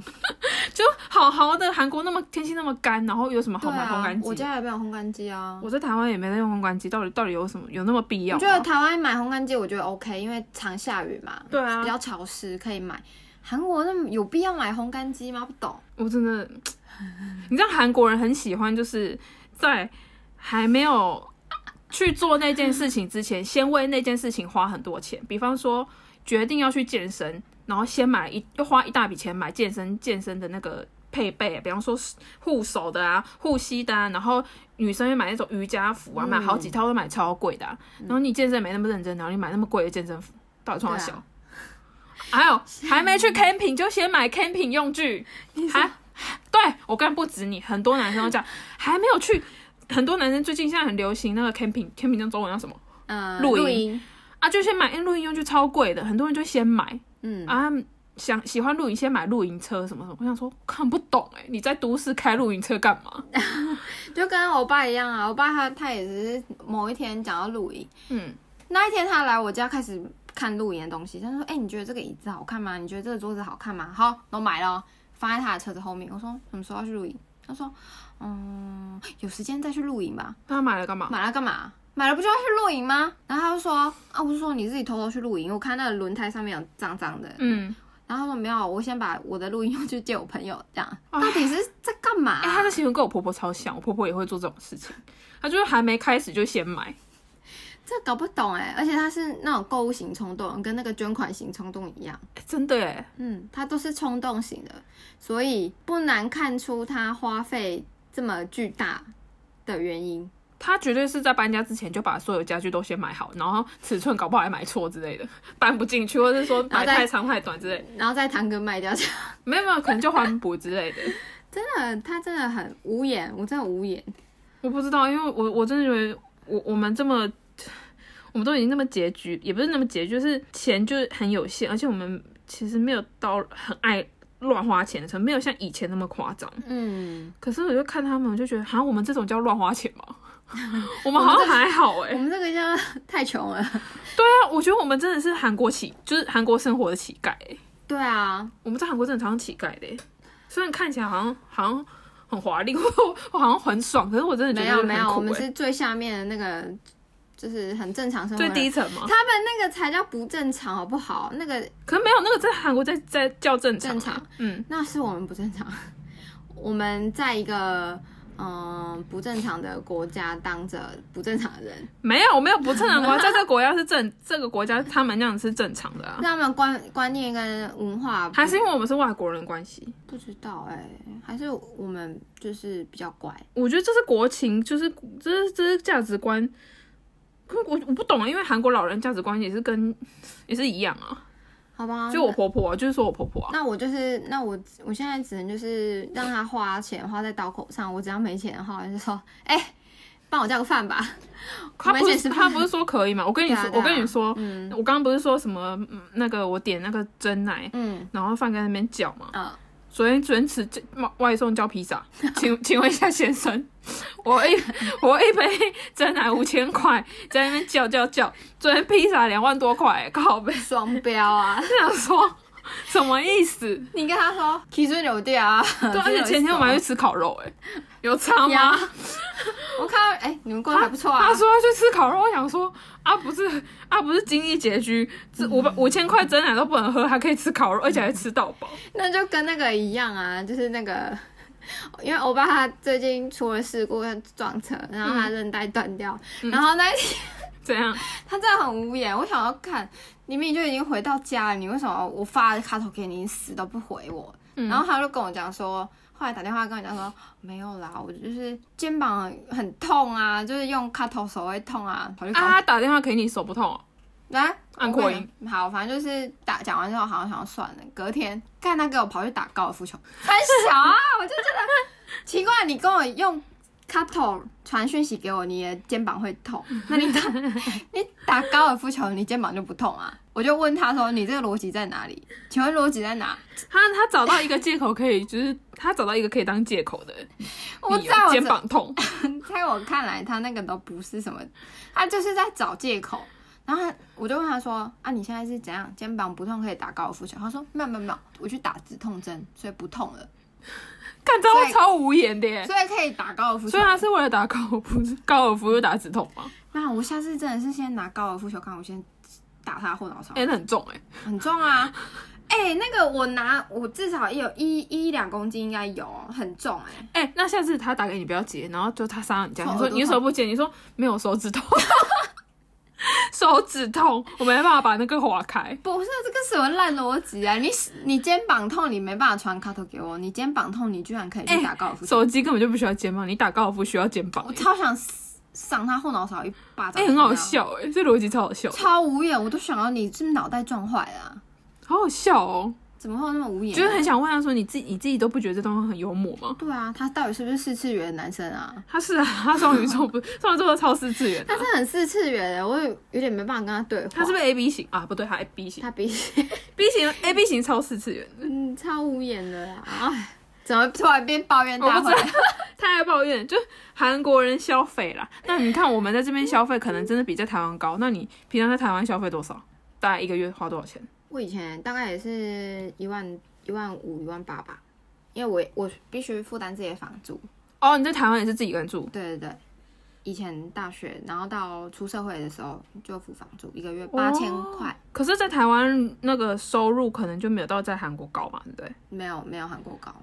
[laughs] 就好好的韩国那么天气那么干，然后有什么
对
好买烘
啊
干，机？
我家也没有烘干机啊。
我在台湾也没在用烘干机，到底到底有什么有那么必要
我
吗？
觉得台湾买烘干机我觉得 OK，因为常下雨嘛，
对啊
比较潮湿可以买。韩国那么有必要买烘干机吗？不懂。
我真的，你知道韩国人很喜欢，就是在还没有去做那件事情之前，先为那件事情花很多钱。比方说，决定要去健身，然后先买一又花一大笔钱买健身健身的那个配备，比方说护手的啊、护膝的啊，然后女生会买那种瑜伽服啊，
嗯
买好几套都买超贵的啊、然后你健身没那么认真，然后你买那么贵的健身服，到底冲哪
对啊啊
小？还有还没去 camping 就先买 camping 用具，还对我刚不止你，很多男生都这样，还没有去。很多男生最近现在很流行那个 camping，camping 那中文叫什么
嗯、
露营
露营，
啊？就先买，因为露营用具超贵的，很多人就先买
嗯，
啊。想喜欢露营，先买露营车什么什么。我想说，看不懂哎、你在都市开露营车干嘛？
就跟我爸一样啊。我爸他他也只是某一天讲到露营，
嗯，
那一天他来我家开始看露营的东西，他说：“哎、你觉得这个椅子好看吗？你觉得这个桌子好看吗？”好，我买了哦，放在他的车子后面。我说：“什么时候要去露营？”他说：“嗯，有时间再去露营吧。
那他买了干”嘛？
买了干嘛？买了不就要去露营吗？然后他就说：“啊，我就说你自己偷偷去露营，我看那个轮胎上面有脏脏的。”，
嗯，
然后他说：“没有，我先把我的露营用具借我朋友。”这样到底是在干嘛、
啊哎、他的行为跟我婆婆超像，我婆婆也会做这种事情，她就是还没开始就先买。
这搞不懂哎、而且他是那种购物型冲动，跟那个捐款型冲动一样。
哎真的哎、
嗯，他都是冲动型的，所以不难看出他花费这么巨大的原因。
他绝对是在搬家之前就把所有家具都先买好，然后尺寸搞不好还买错之类的，搬不进去，或者是说
然后
买
再
太长太短之类的，
然后再堂哥卖掉，真
没有没有，可能就环补之类的，
的，他真的很无言，我真的无言。
我不知道，因为我我真的觉得我我们这么。我们都已经那么拮据，也不是那么拮据，就是钱就是很有限，而且我们其实没有到很爱乱花钱的程度，没有像以前那么夸张。
嗯，
可是我就看他们，我就觉得，像我们这种叫乱花钱 [laughs] 吗？我们好像还好哎、
我们这个叫太穷了。
对啊，我觉得我们真的是韩国乞，就是韩国生活的乞丐、欸。
对啊，
我们在韩国真的常常乞丐的、欸，虽然看起来好像好像很华丽， [laughs] 我我好像很爽，可是我真的觉
没
得
有
很
没有，
苦
我们
欸
是最下面的那个，就是很正常生活
最
的
低
人。
层嘛。
他们那个才叫不正常，好不好？那个
可是没有那个在韩国在在叫正常、
正常，
嗯，
那是我们不正常。我们在一个嗯、不正常的国家当着不正常的人，
没有没有不正常的国家， [laughs] 在这个国家是正这个国家他们那样是正常的啊，
那他们观观念跟文化不
还是因为我们是外国人的关系。
不知道哎、还是我们就是比较乖。
我觉得这是国情，就是这是这是价值观。可我我不懂啊，因为韩国老人价值观也是跟也是一样啊。
好吧，
就我婆婆、啊，就是说我婆婆啊，
那我就是，那我我现在只能就是让他花钱花在刀口上，我只要没钱的话，我就说，哎、帮我叫个饭吧。
她不
我们也
是
是
她不是说可以嘛？我跟你
对啊
说，
对
我
啊
跟你说，
嗯
我刚刚不是说什么嗯那个我点那个蒸奶，
嗯
然后饭在那边搅嘛。
呃，
昨天昨天吃这外外送叫披萨，请 [laughs] 请问一下先生，我一我一杯蒸奶五千块，在那边叫叫叫，昨天披萨两万多块、靠背， [laughs]
双标啊！
就想说什么意思？
你跟他 [laughs] 说，提准有掉啊。
对，而且前天我们还去吃烤肉、欸，哎，有差吗？
[laughs] 呀我看到，哎、你们过得还不错啊
他。说要去吃烤肉，我想说啊，不是啊，不是经济拮据，这五百五千块真奶都不能喝，还可以吃烤肉，而且还吃到饱。
那就跟那个一样啊，就是那个，因为欧巴他最近出了事故，他撞车，然后他韧带断掉，然后那一天
怎样？
他真的很无言。我想要看，你明明就已经回到家了，你为什么我发卡头给你，你死都不回我？然后他就跟我讲说，后来打电话跟我讲说，没有啦，我就是肩膀很痛啊，就是用卡头手会痛啊，跑去
啊，
看。
他打电话给你手不痛、哦？
来
按
我跟
扩
你讲好，反正就是打讲完之后，好像想要算了。隔天，干他给我跑去打高尔夫球，很小啊，我就觉得奇怪，你跟我用 c u t o 传讯息给我，你的肩膀会痛，那你打
[laughs]
你打高尔夫球，你肩膀就不痛啊？我就问他说，你这个逻辑在哪里？请问逻辑在哪？
他他找到一个借口可以，就是他找到一个可以当借口的理
我
由
在我
肩膀痛。
在我看来，他那个都不是什么，他就是在找借口。然后他我就问他说：“啊，你现在是怎样？肩膀不痛可以打高尔夫球？”他说：“没有没有没有，我去打止痛针，所以不痛了，
看，这会
所以
超无言的耶。
所以可以打高尔夫球
哎所以。他是为了打高尔夫， [laughs] 高尔夫又打止痛吗？”
那我下次真的是先拿高尔夫球杆，我先打他后脑勺，
哎、那很重哎、
很重啊！哎、那个我拿我至少也有一一两公斤，应该有哦，很重哎、
哎、那下次他打给你不要接，然后就他杀到你家，
痛
你说
耳朵
你为什么不接？你说没有手指痛， [laughs] 手指痛，我没办法把那个划开。
不是这个什么烂逻辑啊！你你肩膀痛，你没办法传卡头给我，你肩膀痛，你居然可以
哎
去打高尔夫球。
手机根本就不需要肩膀，你打高尔夫需要肩膀
我。哦超想赏他后脑勺一巴掌，
哎、很好，笑哎、这逻辑超好笑，
超无眼，我都想要你是不是脑袋撞坏了啊、
好好笑哦、
怎么会有那么无眼？
就是很想问他说，你自己你自己都不觉得这东西很幽默吗？
对啊，他到底是不是四次元的男生
[laughs]
啊？
他是啊，他双鱼座不，双鱼座都超四次元的
他是很四次元的，我有有点没办法跟他对话。
他是不是 A B 型啊？不对，他 A B 型
他比 [laughs]
，B 型 A B 型超四次元的。
嗯超无眼的啦，
[laughs]
哎，怎么突然变抱怨
我
大
不
会
知？道，他还抱怨，就韩国人消费啦。那你看我们在这边消费，可能真的比在台湾高。那你平常在台湾消费多少？大概一个月花多少钱？
我以前大概也是一万一万五一万八吧，因为我我必须负担自己的房租。
哦，你在台湾也是自己一个人住，
对对对，以前大学，然后到出社会的时候就付房租，一个月
哦
八千块。
可是，在台湾那个收入可能就没有到在韩国高嘛，对不对？
没有没有韩国高，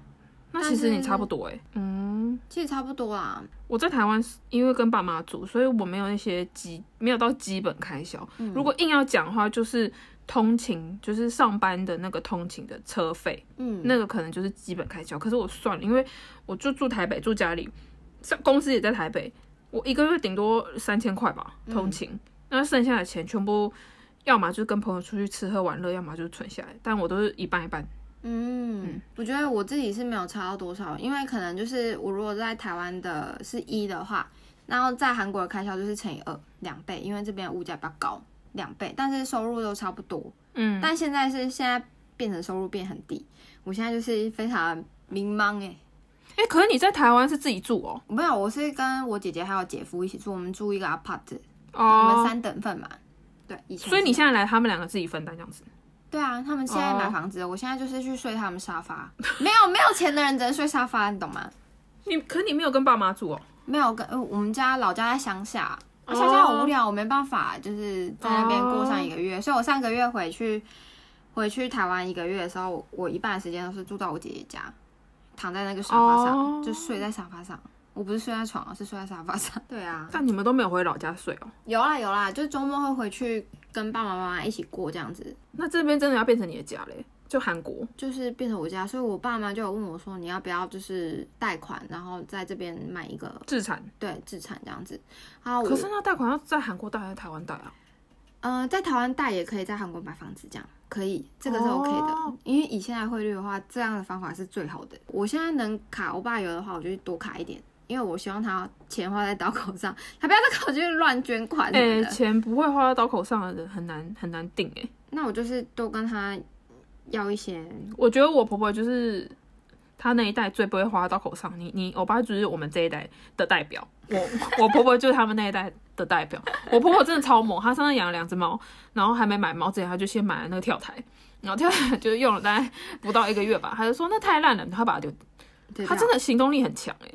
那其实
但是
你差不多哎、嗯，
其实差不多啦。
我在台湾是因为跟爸妈住，所以我没有那些基，没有到基本开销。
嗯
如果硬要讲的话，就是通勤，就是上班的那个通勤的车费，
嗯，
那个可能就是基本开销。可是我算了，因为我就住台北，住家里，上公司也在台北，我一个月顶多三千块吧，
嗯
通勤。那剩下的钱全部，要么就是跟朋友出去吃喝玩乐，要么就是存下来。但我都是一半一半。
嗯，我觉得我自己是没有差到多少，因为可能就是我如果在台湾的是一的话，然后在韩国的开销就是乘以二两倍，因为这边物价比较高两倍，但是收入都差不多。
嗯，
但现在是现在变成收入变很低，我现在就是非常迷茫哎、
哎、可是你在台湾是自己住哦？
没有，我是跟我姐姐还有姐夫一起住，我们住一个 apart，我们
哦，
三等份嘛。对，以前
所以你
是
现在来，他们两个自己分担这样子。
对啊，他们现在买
哦
房子了我现在就是去睡他们沙发。没有没有钱的人只能睡沙发，你懂吗？
你可你没有跟爸妈住哦？
没有跟、呃我们家老家在乡下，
哦
啊乡下好无聊，我没办法就是在那边过上一个月，所以我上个月回去回去台湾一个月的时候，我我一半的时间都是住到我姐姐家，躺在那个沙发上
哦
就睡在沙发上。我不是睡在床，是睡在沙发上。对 [laughs] 啊，
但你们都没有回老家睡哦？
有啦有啦，就周末会回去跟爸爸妈妈一起过这样子，
那这边真的要变成你的家嘞？就韩国
就是变成我家，所以我爸妈就有问我说，你要不要就是贷款，然后在这边买一个
自产，
对自产这样子。然啊后我
可是那贷款要在韩国贷还是台湾贷啊？
呃，在台湾贷也可以在韩国买房子，这样可以，这个是 OK 的。
哦
因为以现在汇率的话，这样的方法是最好的。我现在能卡欧巴油的话，我就多卡一点，因为我希望他钱花在刀口上，他不要再考去乱捐款什么
哎、
啊的。
钱不会花到刀口上的人很难很难定哎、
那我就是多跟他要一些，
我觉得我婆婆就是她那一代最不会花到口上，你你欧巴就是我们这一代的代表，我我婆婆就是他们那一代的代表。我婆婆真的超猛，她上次养了两只猫，然后还没买猫之前，她就先买了那个跳台。然后跳台就是用了大概不到一个月吧，她就说那太烂了，她把它丢。
对
她
吧
真的行动力很强哎、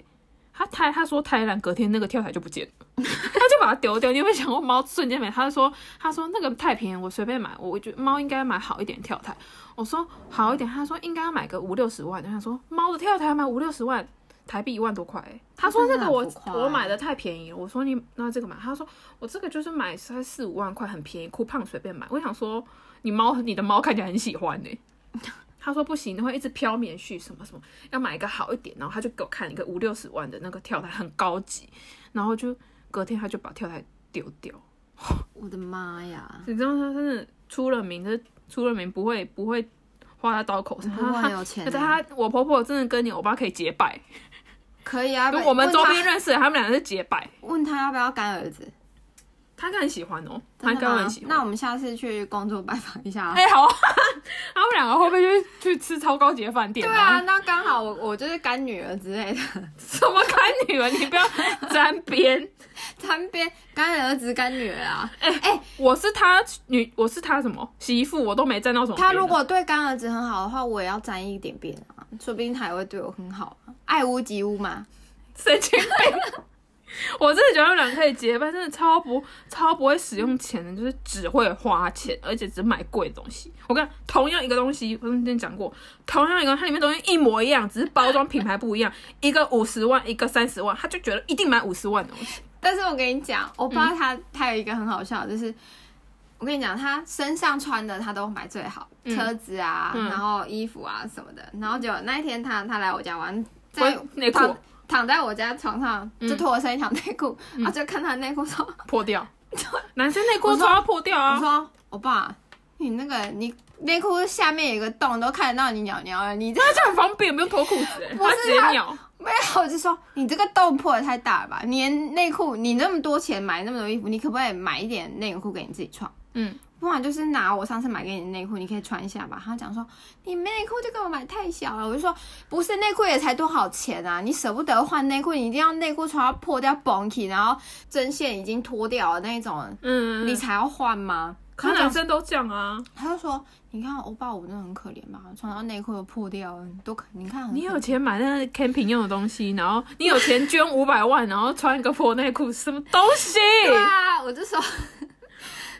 她太她说太烂，隔天那个跳台就不见了，她就把它丢掉。你有没有想过猫瞬间没？她就说她说那个太便宜，我随便买，我觉得猫应该买好一点跳台。我说好一点，他说应该要买个五六十万，然后他说猫的跳台买五六十万台币一万多块、欸，他说这
真的
个
很
我
浮夸欸
我买的太便宜了，我说你那这个买，他说我这个就是买三四五万块很便宜，酷胖随便买。我想说你猫你的猫看起来很喜欢呢、欸他说不行，会一直飘棉絮什么什么，要买一个好一点，然后他就给我看一个五六十万的那个跳台，很高级，然后就隔天他就把跳台丢掉。
我的妈呀！
你知道他真的出了名，就是出了名不会不会花在刀口上，
嗯不会
他
有钱啊
可是他我婆婆真的跟你我爸可以结拜，
可以啊，
就
不
我们
问
周
他
边认识的，他们两个是结拜，
问他要不要干儿子，
他应该很喜欢哦，他
真
应
的
该
吗
很喜欢。
那我啊们下次去工作拜访一下啊。
哎、好啊， [laughs] 他们两个会不会去去吃超高级的饭店？
对啊，，那刚好我我就是干女儿之类 [laughs] 的。
什么干女儿，你不要沾边。
参边干儿子干女儿啊。
我是他女，我是他什么媳妇，我都没沾到什么边啊。
他如果对干儿子很好的话，我也要沾一点边啊，说不定他也会对我很好啊。爱屋及乌嘛，
神经病。 [laughs] 我真的觉得他们两个可以结拜，真的超不超不会使用钱的，就是只会花钱，而且只买贵的东西。我跟你讲同样一个东西，我之前讲过，同样一个它里面东西一模一样，只是包装品牌不一样，一个五十万，一个三十万，他就觉得一定买五十万的东西。
但是我跟你讲，欧巴他、他有一个很好笑的，就是我跟你讲，他身上穿的他都买最好，
嗯
车子啊，
嗯
然后衣服啊什么的。然后结果那一天他他来我家玩，在
我内裤嗯
躺躺在我家床上，就脱了剩一条内裤，然后就看他内裤说，
破掉， [laughs] 男生内裤都要破掉
我
啊！
说欧巴，你那个你内裤下面有一个洞，都看得到你鸟鸟了，你这
他就很方便，不用脱裤子、欸，
不是
他直接
他
尿。
没有，我就说你这个洞破的太大了吧？你连内裤，你那么多钱买那么多衣服，你可不可以买一点内裤给你自己穿？
嗯，
不然就是拿我上次买给你的内裤，你可以穿一下吧。他讲说你内裤就给我买太小了，我就说不是内裤也才多少钱啊？你舍不得换内裤，你一定要内裤穿到破掉 bonky，然后针线已经脱掉了那一种，
嗯，
你才要换
[laughs]
吗？
可是
他讲
男生都这样啊。
他就说你看欧巴我真的很可怜吧，穿到内裤都破掉了，都可你看很
你
可
有钱买那个 camping 用的东西，然后你有钱捐五百万，然后穿一个破内裤，什么东西？
[laughs] 对啊，我就说。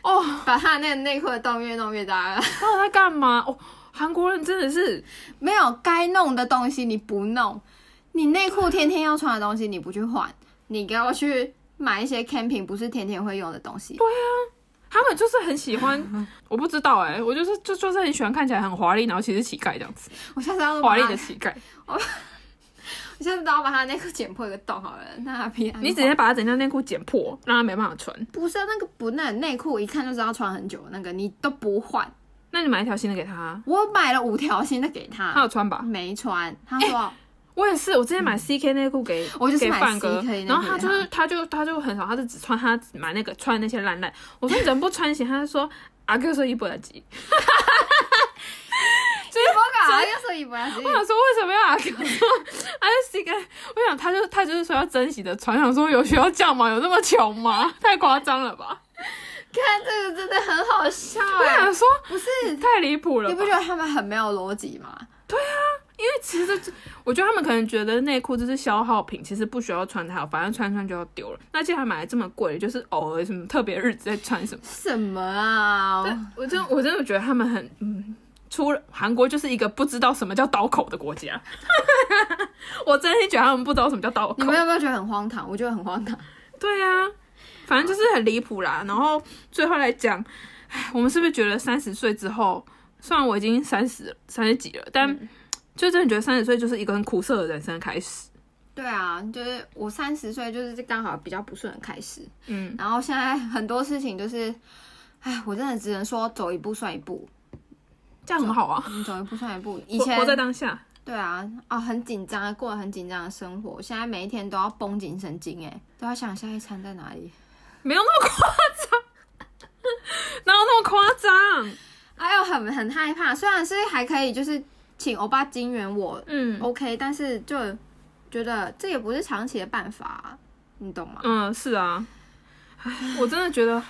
哦，
把他那个内裤的洞越弄越大，
到底在干嘛？哦，韩国人真的是，
没有该弄的东西你不弄，你内裤天天要穿的东西你不去换，你给我去买一些 camping 不是天天会用的东西。
他们就是很
[laughs]
喜欢，我不知道哎、我就是就就是很喜欢看起来很华丽，然后其实乞丐这样子，
我下次要把
华
他，
丽的
我
乞丐。
下次都要把他内裤剪破一个洞好了，那他比
你直接把他整条内裤剪破，让他没办法穿。
不是那个不那内裤，一看就知道穿很久那个你都不换，
那你买一条新的给他，
我买了五条新的给
他
他，
有穿吧？
没穿，他
[laughs]
说、
我也是，我之前买 CK 内裤给、
嗯我就是
给
买
范哥
CK 内，裤
然后他
给
就是他就他就很少，他就只穿他只买那个穿那些烂烂。我说你怎么不穿鞋？他就说阿哥说伊布拉吉，
啊，又说伊不拉西
我，想说为什么要阿 Q 说阿西跟？我想他就他就是说要珍惜的船，想说有需要这样吗？有那么穷吗？太夸张了吧！
看这个真的很好笑
我
哎、
想说
不是，
太离谱了
你
吧
不觉得他们很没有逻辑吗？
因为其实这我觉得他们可能觉得内裤这是消耗品，其实不需要穿它，反正穿穿就要丢了。那既然买的这么贵，就是偶尔什么特别日子在穿什么。
什么啊？
我真我真的觉得他们很嗯，出了韩国就是一个不知道什么叫刀口的国家。 [laughs] 我真心觉得他们不知道什么叫刀口。
你们有没有觉得很荒唐？我觉得很荒唐。
对啊，反正就是很离谱啦。然后最后来讲，唉我们是不是觉得三十岁之后，虽然我已经三十三十几了，但
嗯
就真的觉得三十岁就是一个很苦涩的人生开始。
[laughs] 对啊，就是我三十岁，就是刚好比较不顺的开始。
嗯，
然后现在很多事情就是，哎，我真的只能说走一步算一步，
这样很好啊，
嗯走一步算一步。以
活
前
活在当下。
对啊，哦，很紧张，过得很紧张的生活，现在每一天都要绷紧神经，哎，都要想下一餐在哪里。
没有那么夸张， [laughs] 哪有那么夸张？
哎呦，很很害怕，虽然是还可以，就是请欧巴金援我、
嗯
o k 但是就觉得这也不是长期的办法啊、你懂吗？
嗯，是啊，唉我真的觉得，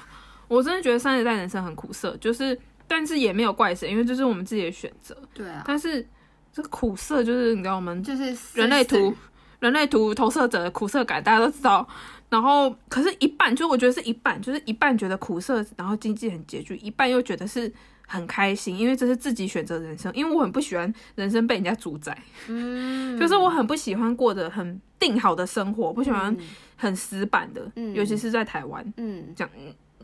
我真的觉得三十代人生很苦涩，就是，但是也没有怪谁，因为这是我们自己的选择。
对啊，
但是这个苦涩就是你知道我们
就是死
人类
死
图，人类图投射者的苦涩感，大家都知道。然后，可是，一半就我觉得是一半，就是一半觉得苦涩，然后经济很拮据；一半又觉得是很开心，因为这是自己选择的人生。因为我很不喜欢人生被人家主宰，
嗯，
就是我很不喜欢过得很定好的生活，不喜欢很死板的，
嗯
尤其是在台湾
嗯
这样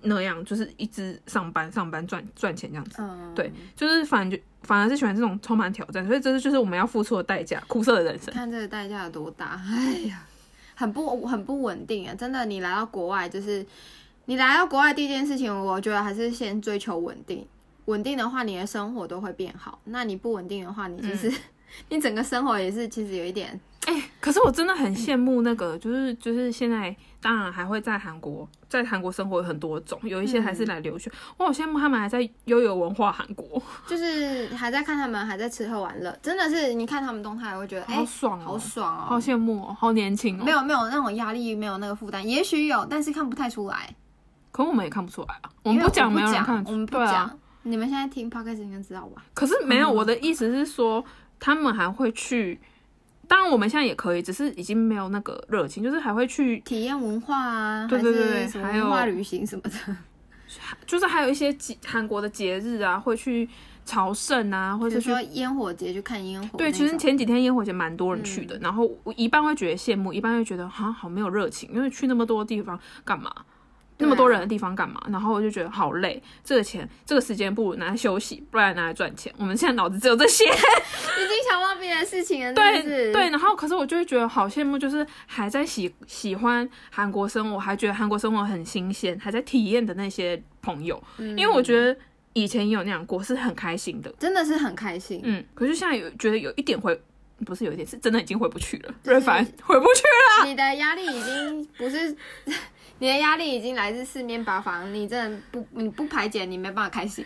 那样，就是一直上班上班赚赚钱这样子。
嗯，
对，就是反就反而是喜欢这种充满挑战，所以这就是我们要付出的代价，苦涩的人生。
看这个代价有多大，哎呀，很不很不稳定啊！真的，你来到国外，就是你来到国外第一件事情，我觉得还是先追求稳定。稳定的话，你的生活都会变好；那你不稳定的话，你就是、
嗯
[laughs] 你整个生活也是其实有一点
哎可是我真的很羡慕那个，就是就是现在，当然还会在韩国，在韩国生活有很多种，有一些还是来留学，我好羡慕他们还在悠游文化韩国，
就是还在看他们，还在吃喝玩乐，真的是你看他们动态，会觉得哎、
好爽哦，
好爽哦，
好羡慕哦，好年轻哦。
没，有没有那种压力，没有那个负担，也许有，但是看不太出来。
可我们也看不出来啊，我
因
们
为
不讲，
我
没有人看得
我
出，
们不
对
讲。
啊。
你们现在听 podcast 应该知道吧？
可是没有，我的意思是说，他们还会去，当然我们现在也可以，只是已经没有那个热情，就是还会去，
体验文化啊，
对对对
还是什么
还有
文化旅行什么的，
就是还有一些节韩国的节日啊，会去朝圣啊，或
比
者
如
去
说烟火节去看烟火那种。
对，其实前几天烟火节蛮多人去的，然后我一半会觉得羡慕，一半会觉得啊好没有热情，因为去那么多地方干嘛？那么多人的地方干嘛？然后我就觉得好累，这个钱这个时间不如拿来休息，不然拿来赚钱。我们现在脑子只有这些，
已经想不到别的事情了，
对
真的是
对。，然后可是我就会觉得好羡慕，就是还在喜喜欢韩国生活，还觉得韩国生活很新鲜，还在体验的那些朋友，
嗯
因为我觉得以前也有那样过，是很开心的。
真的是很开心。
嗯，可是现在有觉得有一点回，不是有一点，是真的已经回不去了。
就是
瑞凡回不去了， [laughs]
你的压力已经不是， [laughs] 你的压力已经来自四面八方，你真的不你不排解，你没办法开心。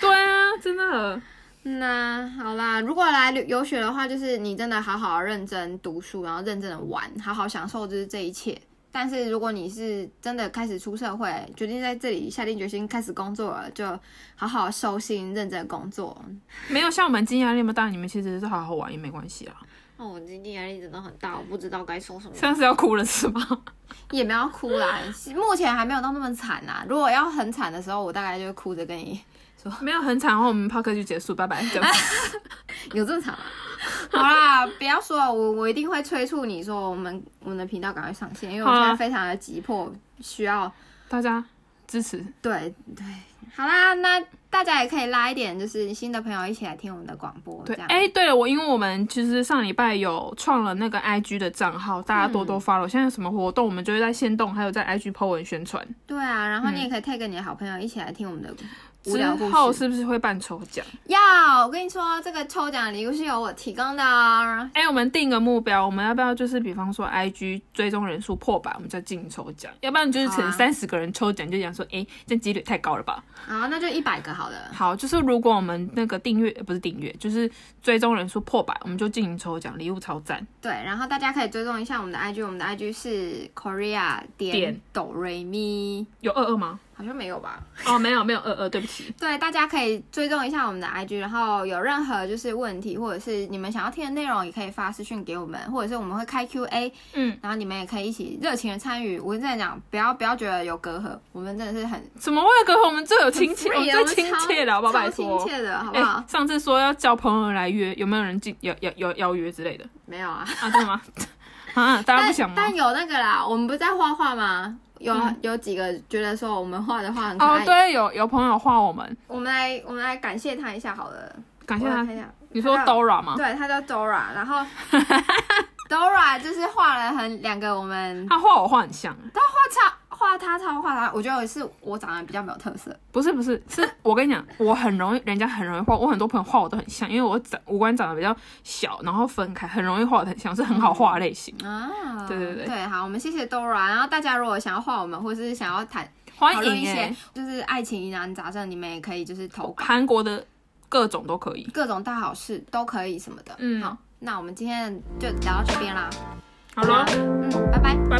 对啊，真的，
那好啦，如果来留游学的话，就是你真的好好认真读书，然后认真的玩，好好享受就是这一切。但是如果你是真的开始出社会，决定在这里下定决心开始工作了，就好好收心，认真工作。
没有像我们经验那么大，你们其实是好好玩也没关系啊。
哦，我经济压力真的很大，我不知道该说什么，
现在是要哭了是吗？
[laughs]
[laughs]
也没有哭啦。目前还没有到那么惨啦。如果要很惨的时候，我大概就会哭着跟你，
没有很惨，然哦后我们 p o 就结束，拜拜。这样
有这么
啊
惨吗？ [laughs] 好啦，不要说了，我我一定会催促你说，我们我们的频道赶快上线，因为我
好
现
啊
在非常的急迫，需要
[laughs] 大家支持，
对对。好啦，那大家也可以拉一点，就是新的朋友一起来听我们的广播，
对
这，样。
哎、对了，我因为我们其实上礼拜有创了那个 IG 的账号，
嗯
大家多多 follow、现在有什么活动，我们就会在线动，还有在 IG po 文宣传。
对啊，然后你也可以 tag 你的好朋友一起来听我们的无
之
聊故
后
事。
是不是会办抽奖？
要，我跟你说，这个抽奖的礼物是由我提供的哦。
哎、我们定个目标，我们要不要就是比方说 IG 追踪人数破百，我们就进抽奖？要不然就是
好
成
啊
三十个人抽奖，就讲说，哎、这几率太高了吧？
好，那就一百个好了。
好，就是如果我们那个订阅呃不是订阅，就是追踪人数破百，我们就进行抽奖，礼物超赞。
对，然后大家可以追踪一下我们的 IG，我们的 IG 是 Korea 点
点
哆瑞咪，
有二二吗？
好像没有吧？
哦，没有没有二二，对不起。
对，大家可以追踪一下我们的 IG，然后有任何就是问题或者是你们想要听的内容，也可以发私讯给我们，或者是我们会开 QA，
嗯，
然后你们也可以一起热情的参与。我跟你讲，不要不要觉得有隔阂，我们真的是很
怎么为了隔阂，我们最有亲切，我
很
们
free 啊
哦最亲切了，好不好？
超
拜
超亲
托。
切的好不
哎、
好？
上次说要叫朋友来约，有没有人进邀邀邀邀约之类的
没有啊，
啊？真的吗？ [laughs] 啊，大家不
但
想吗？
但有那个啦，我们不是在画画吗？有、啊
嗯
有几个觉得说我们画的画很可爱
哦，，对，有有朋友画我们，
我们来我们来感谢他一下好了，
感谢
我来
他
看。一下，
你说
他
Dora 吗？
对，他叫 Dora，然
[laughs]
后 Dora 就是画了很两个我们
他画我画很像，
画超画他超画他，我觉得是我长得比较没有特色，
不是不是，是我跟你讲，我很容易，人家很容易画，我很多朋友画我都很像，因为我长五官长得比较小，然后分开，很容易画的很像，是很好画的类型。
啊，
对对对
对，好，我们谢谢 Dora。然后大家如果想要画我们，或是想要谈
欢
讨论一
迎、
些
欸、
就是爱情疑难杂症，你们也可以就是投稿，
韩国的各种都可以。
各种大好事都可以什么的。
嗯
好，那我们今天就聊到这边啦，
好了，
嗯，拜拜。
拜拜。